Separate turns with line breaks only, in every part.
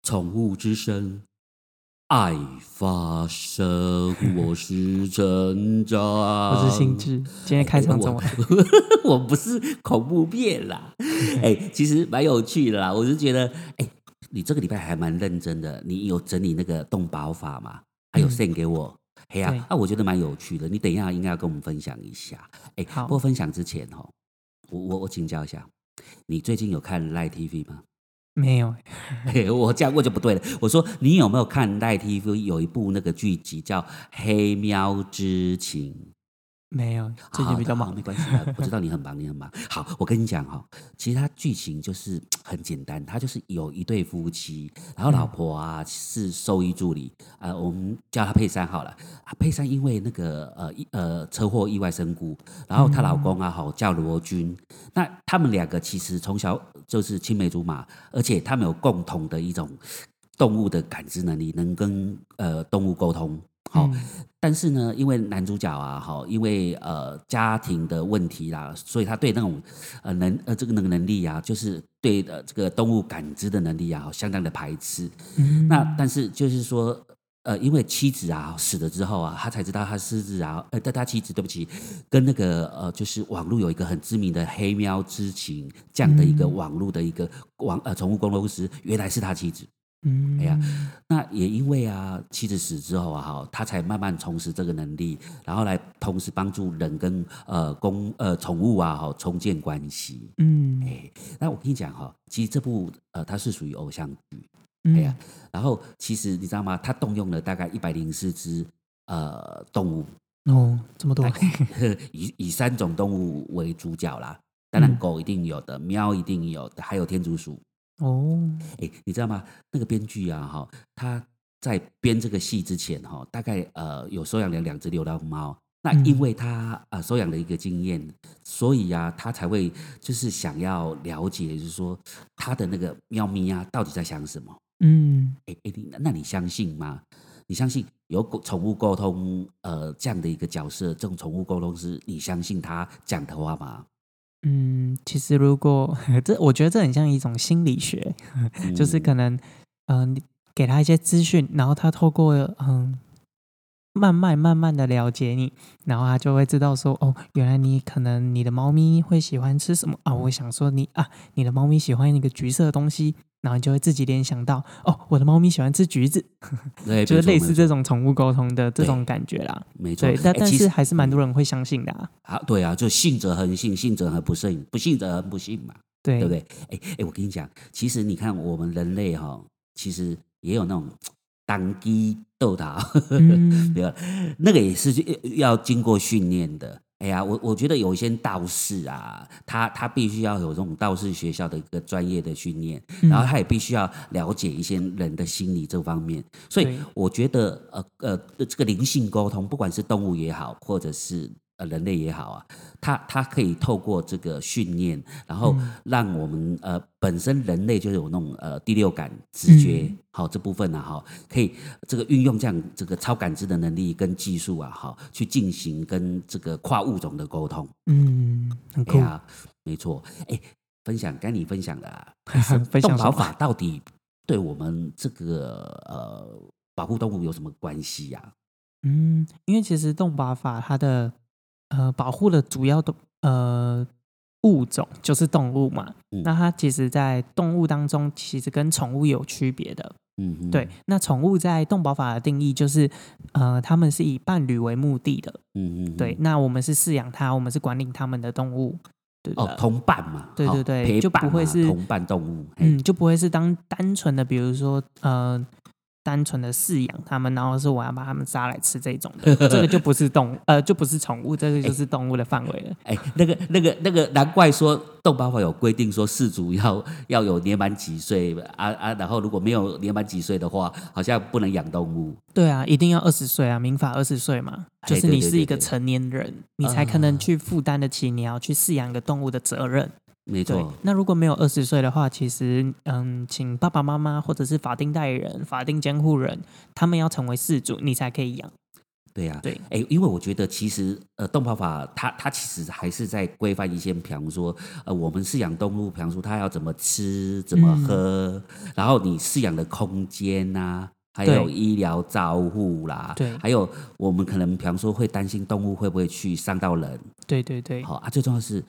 宠物之声，爱发声。我是陈章，
我是心智。今天开场怎么？
呃哎我不是恐怖片啦。哎、其实蛮有趣的啦。我是觉得，哎、你这个礼拜还蛮认真的。你有整理那个动保法嘛？还有
嗯
send 给我。哎呀、
对
啊，我觉得蛮有趣的。你等一下应该要跟我们分享一下。哎、
好
不过分享之前哦，我我我请教一下，你最近有看 Live TV 吗？
没有欸，
嘿 我这样问就不对了。我说你有没有看奈 TV 有一部那个剧集叫《黑喵之情》？
没有，最近比较
好好
忙
没。 关系啊，我知道你很忙，你很忙。好，我跟你讲哈、其实它剧情就是嘖很简单，它就是有一对夫妻，然后老婆啊、是兽医助理，呃，我们叫她佩珊好了。啊佩珊因为那个呃意呃车祸意外身故，然后她老公啊好、叫罗军，那他们两个其实从小就是青梅竹马，而且他们有共同的一种动物的感知能力，能跟呃动物沟通。好、
嗯
但是呢，因为男主角啊，哈，因为呃家庭的问题啦、所以他对那种呃能呃这个那个能力啊，就是对呃这个动物感知的能力啊，相当的排斥。
嗯
那 但是就是说，呃，因为妻子啊死了之后啊，他才知道他狮子啊，呃，但他妻子对不起，跟那个呃，就是网络有一个很知名的黑喵之情这样的一个
嗯
网络的一个网呃宠物公司，原来是他妻子。
嗯
哎呀那也因为啊，妻子死之后啊，哈，他才慢慢重拾这个能力，然后来同时帮助人跟呃公呃宠物啊，哈，重建关系。
嗯，
哎，那我跟你讲哈、其实这部呃它是属于偶像剧，
哎
哎呀，然后其实你知道吗？它动用了大概一百零四只呃动物，
哦，这
哎
么多，
以以三种动物为主角啦。当然
嗯
狗一定有的，喵一定有的，还有天竺鼠。
哦，
哎，你知道吗？那个编剧啊，哈，他在编这个戏之前，哈，大概呃有收养了两只流浪猫。那因
嗯
为他啊、呃、收养的一个经验，所以啊他才会就是想要了解，就是说他的那个喵咪啊到底在想什么？
嗯，
哎哎，你那那你相信吗？你相信有狗宠物沟通呃这样的一个角色，这种宠物沟通师，你相信他讲的话吗？
嗯，其实如果 这，我觉得这很像一种心理学，就是
嗯
可能，呃，你给他一些资讯，然后他透过嗯，慢慢慢慢的了解你，然后他就会知道说，哦，原来你可能你的猫咪会喜欢吃什么啊？我想说你啊，你的猫咪喜欢一个橘色的东西，然后你就会自己联想到，哦，我的猫咪喜欢吃橘子，
嗯对，哎
就
没
是类
错
似这，种宠物沟通的这
对
种感觉啦。
没错，
对
没，错
但
哎
但
其
是
实
还是蛮多人会相信的、啊，
啊，对啊，就信者恒信，信者恒不信，不信者恒不信嘛，
对
对不对？哎哎，我跟你讲，其实你看我们人类哈、其实也有那种当机斗打，
嗯
没有，那个也是要经过训练的。哎呀，我我觉得有一些道士啊，他他必须要有这种道士学校的一个专业的训练， 然后
嗯
他也必须要了解一些人的心理这方面。所以
对
我觉得，呃呃，这个灵性沟通，不管是动物也好，或者是呃人类也好啊，它它可以透过这个训练，然后
嗯
让我们呃本身人类就有那种呃第六感、直觉，
嗯
好、这部分呢、哈、可以这个运用这样这个超感知的能力跟技术啊，哈、去进行跟这个跨物种的沟通。
嗯，很
哎
酷，
呀，没错，哎，分享该你分享了、啊。
分
动
享
保
什么？
法到底对我们这个呃保护动物有什么关系呀、
嗯，因为其实动保法它的呃保护的主要的呃物种就是动物嘛，
嗯
那它其实，在动物当中其实跟宠物有区别的。
嗯哼，
对，那宠物在动保法的定义就是，呃，它们是以伴侣为目的的。
嗯哼，
对，那我们是饲养它，我们是管理它们的动物，对
哦，
的
同伴嘛，
对
好
对对
陪
就
伴
不会
嘛
是
同伴动物，嘿
嗯，，就不会是当单纯的，比如说呃，单纯的饲养它们，然后是我要把它们杀来吃这种 的，这个就不是动物呃，就不是宠物，这个就是动物的范围了。
哎，那个那个那个，难怪说动保法有规定说饲主要要有年满几岁啊啊，然后如果没有年满几岁的话，好像不能养动物，
对啊，一定要二十岁啊，民法二十岁嘛，就
哎
是
对
你
对
是
对
一个
对啊
成年人，你才可能去负担得起你要去饲养一个动物的责任。
没
对
错，，
那如果没有二十岁的话，其实嗯，请爸爸妈妈或者是法定代理人、法定监护人，他们要成为饲主，你才可以养。
对呀、
对，
哎，因为我觉得其实呃，动保法它它其实还是在规范一些，比方说呃，我们饲养动物，比方说它要怎么吃、怎么
嗯
喝，然后你饲养的空间呐、还有
对
医疗照护啦，
对
还有我们可能比方说会担心动物会不会去伤到人，
对对对，
好、啊，最重要是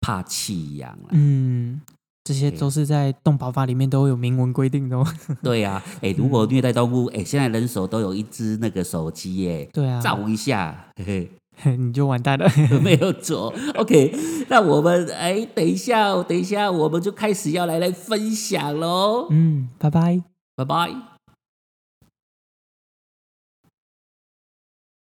怕弃养啦，
嗯，这些
对
都是在动保法里面都有明文规定的哦。
对呀、哎，如
嗯
果虐待动物，哎，现在人手都有一只那个手机耶，
对啊，
照一下，嘿嘿。
你就完蛋了。
没有错。OK，那我们哎，等一下哦，等一下，我们就开始要来来分享喽。
嗯，拜拜。
拜拜。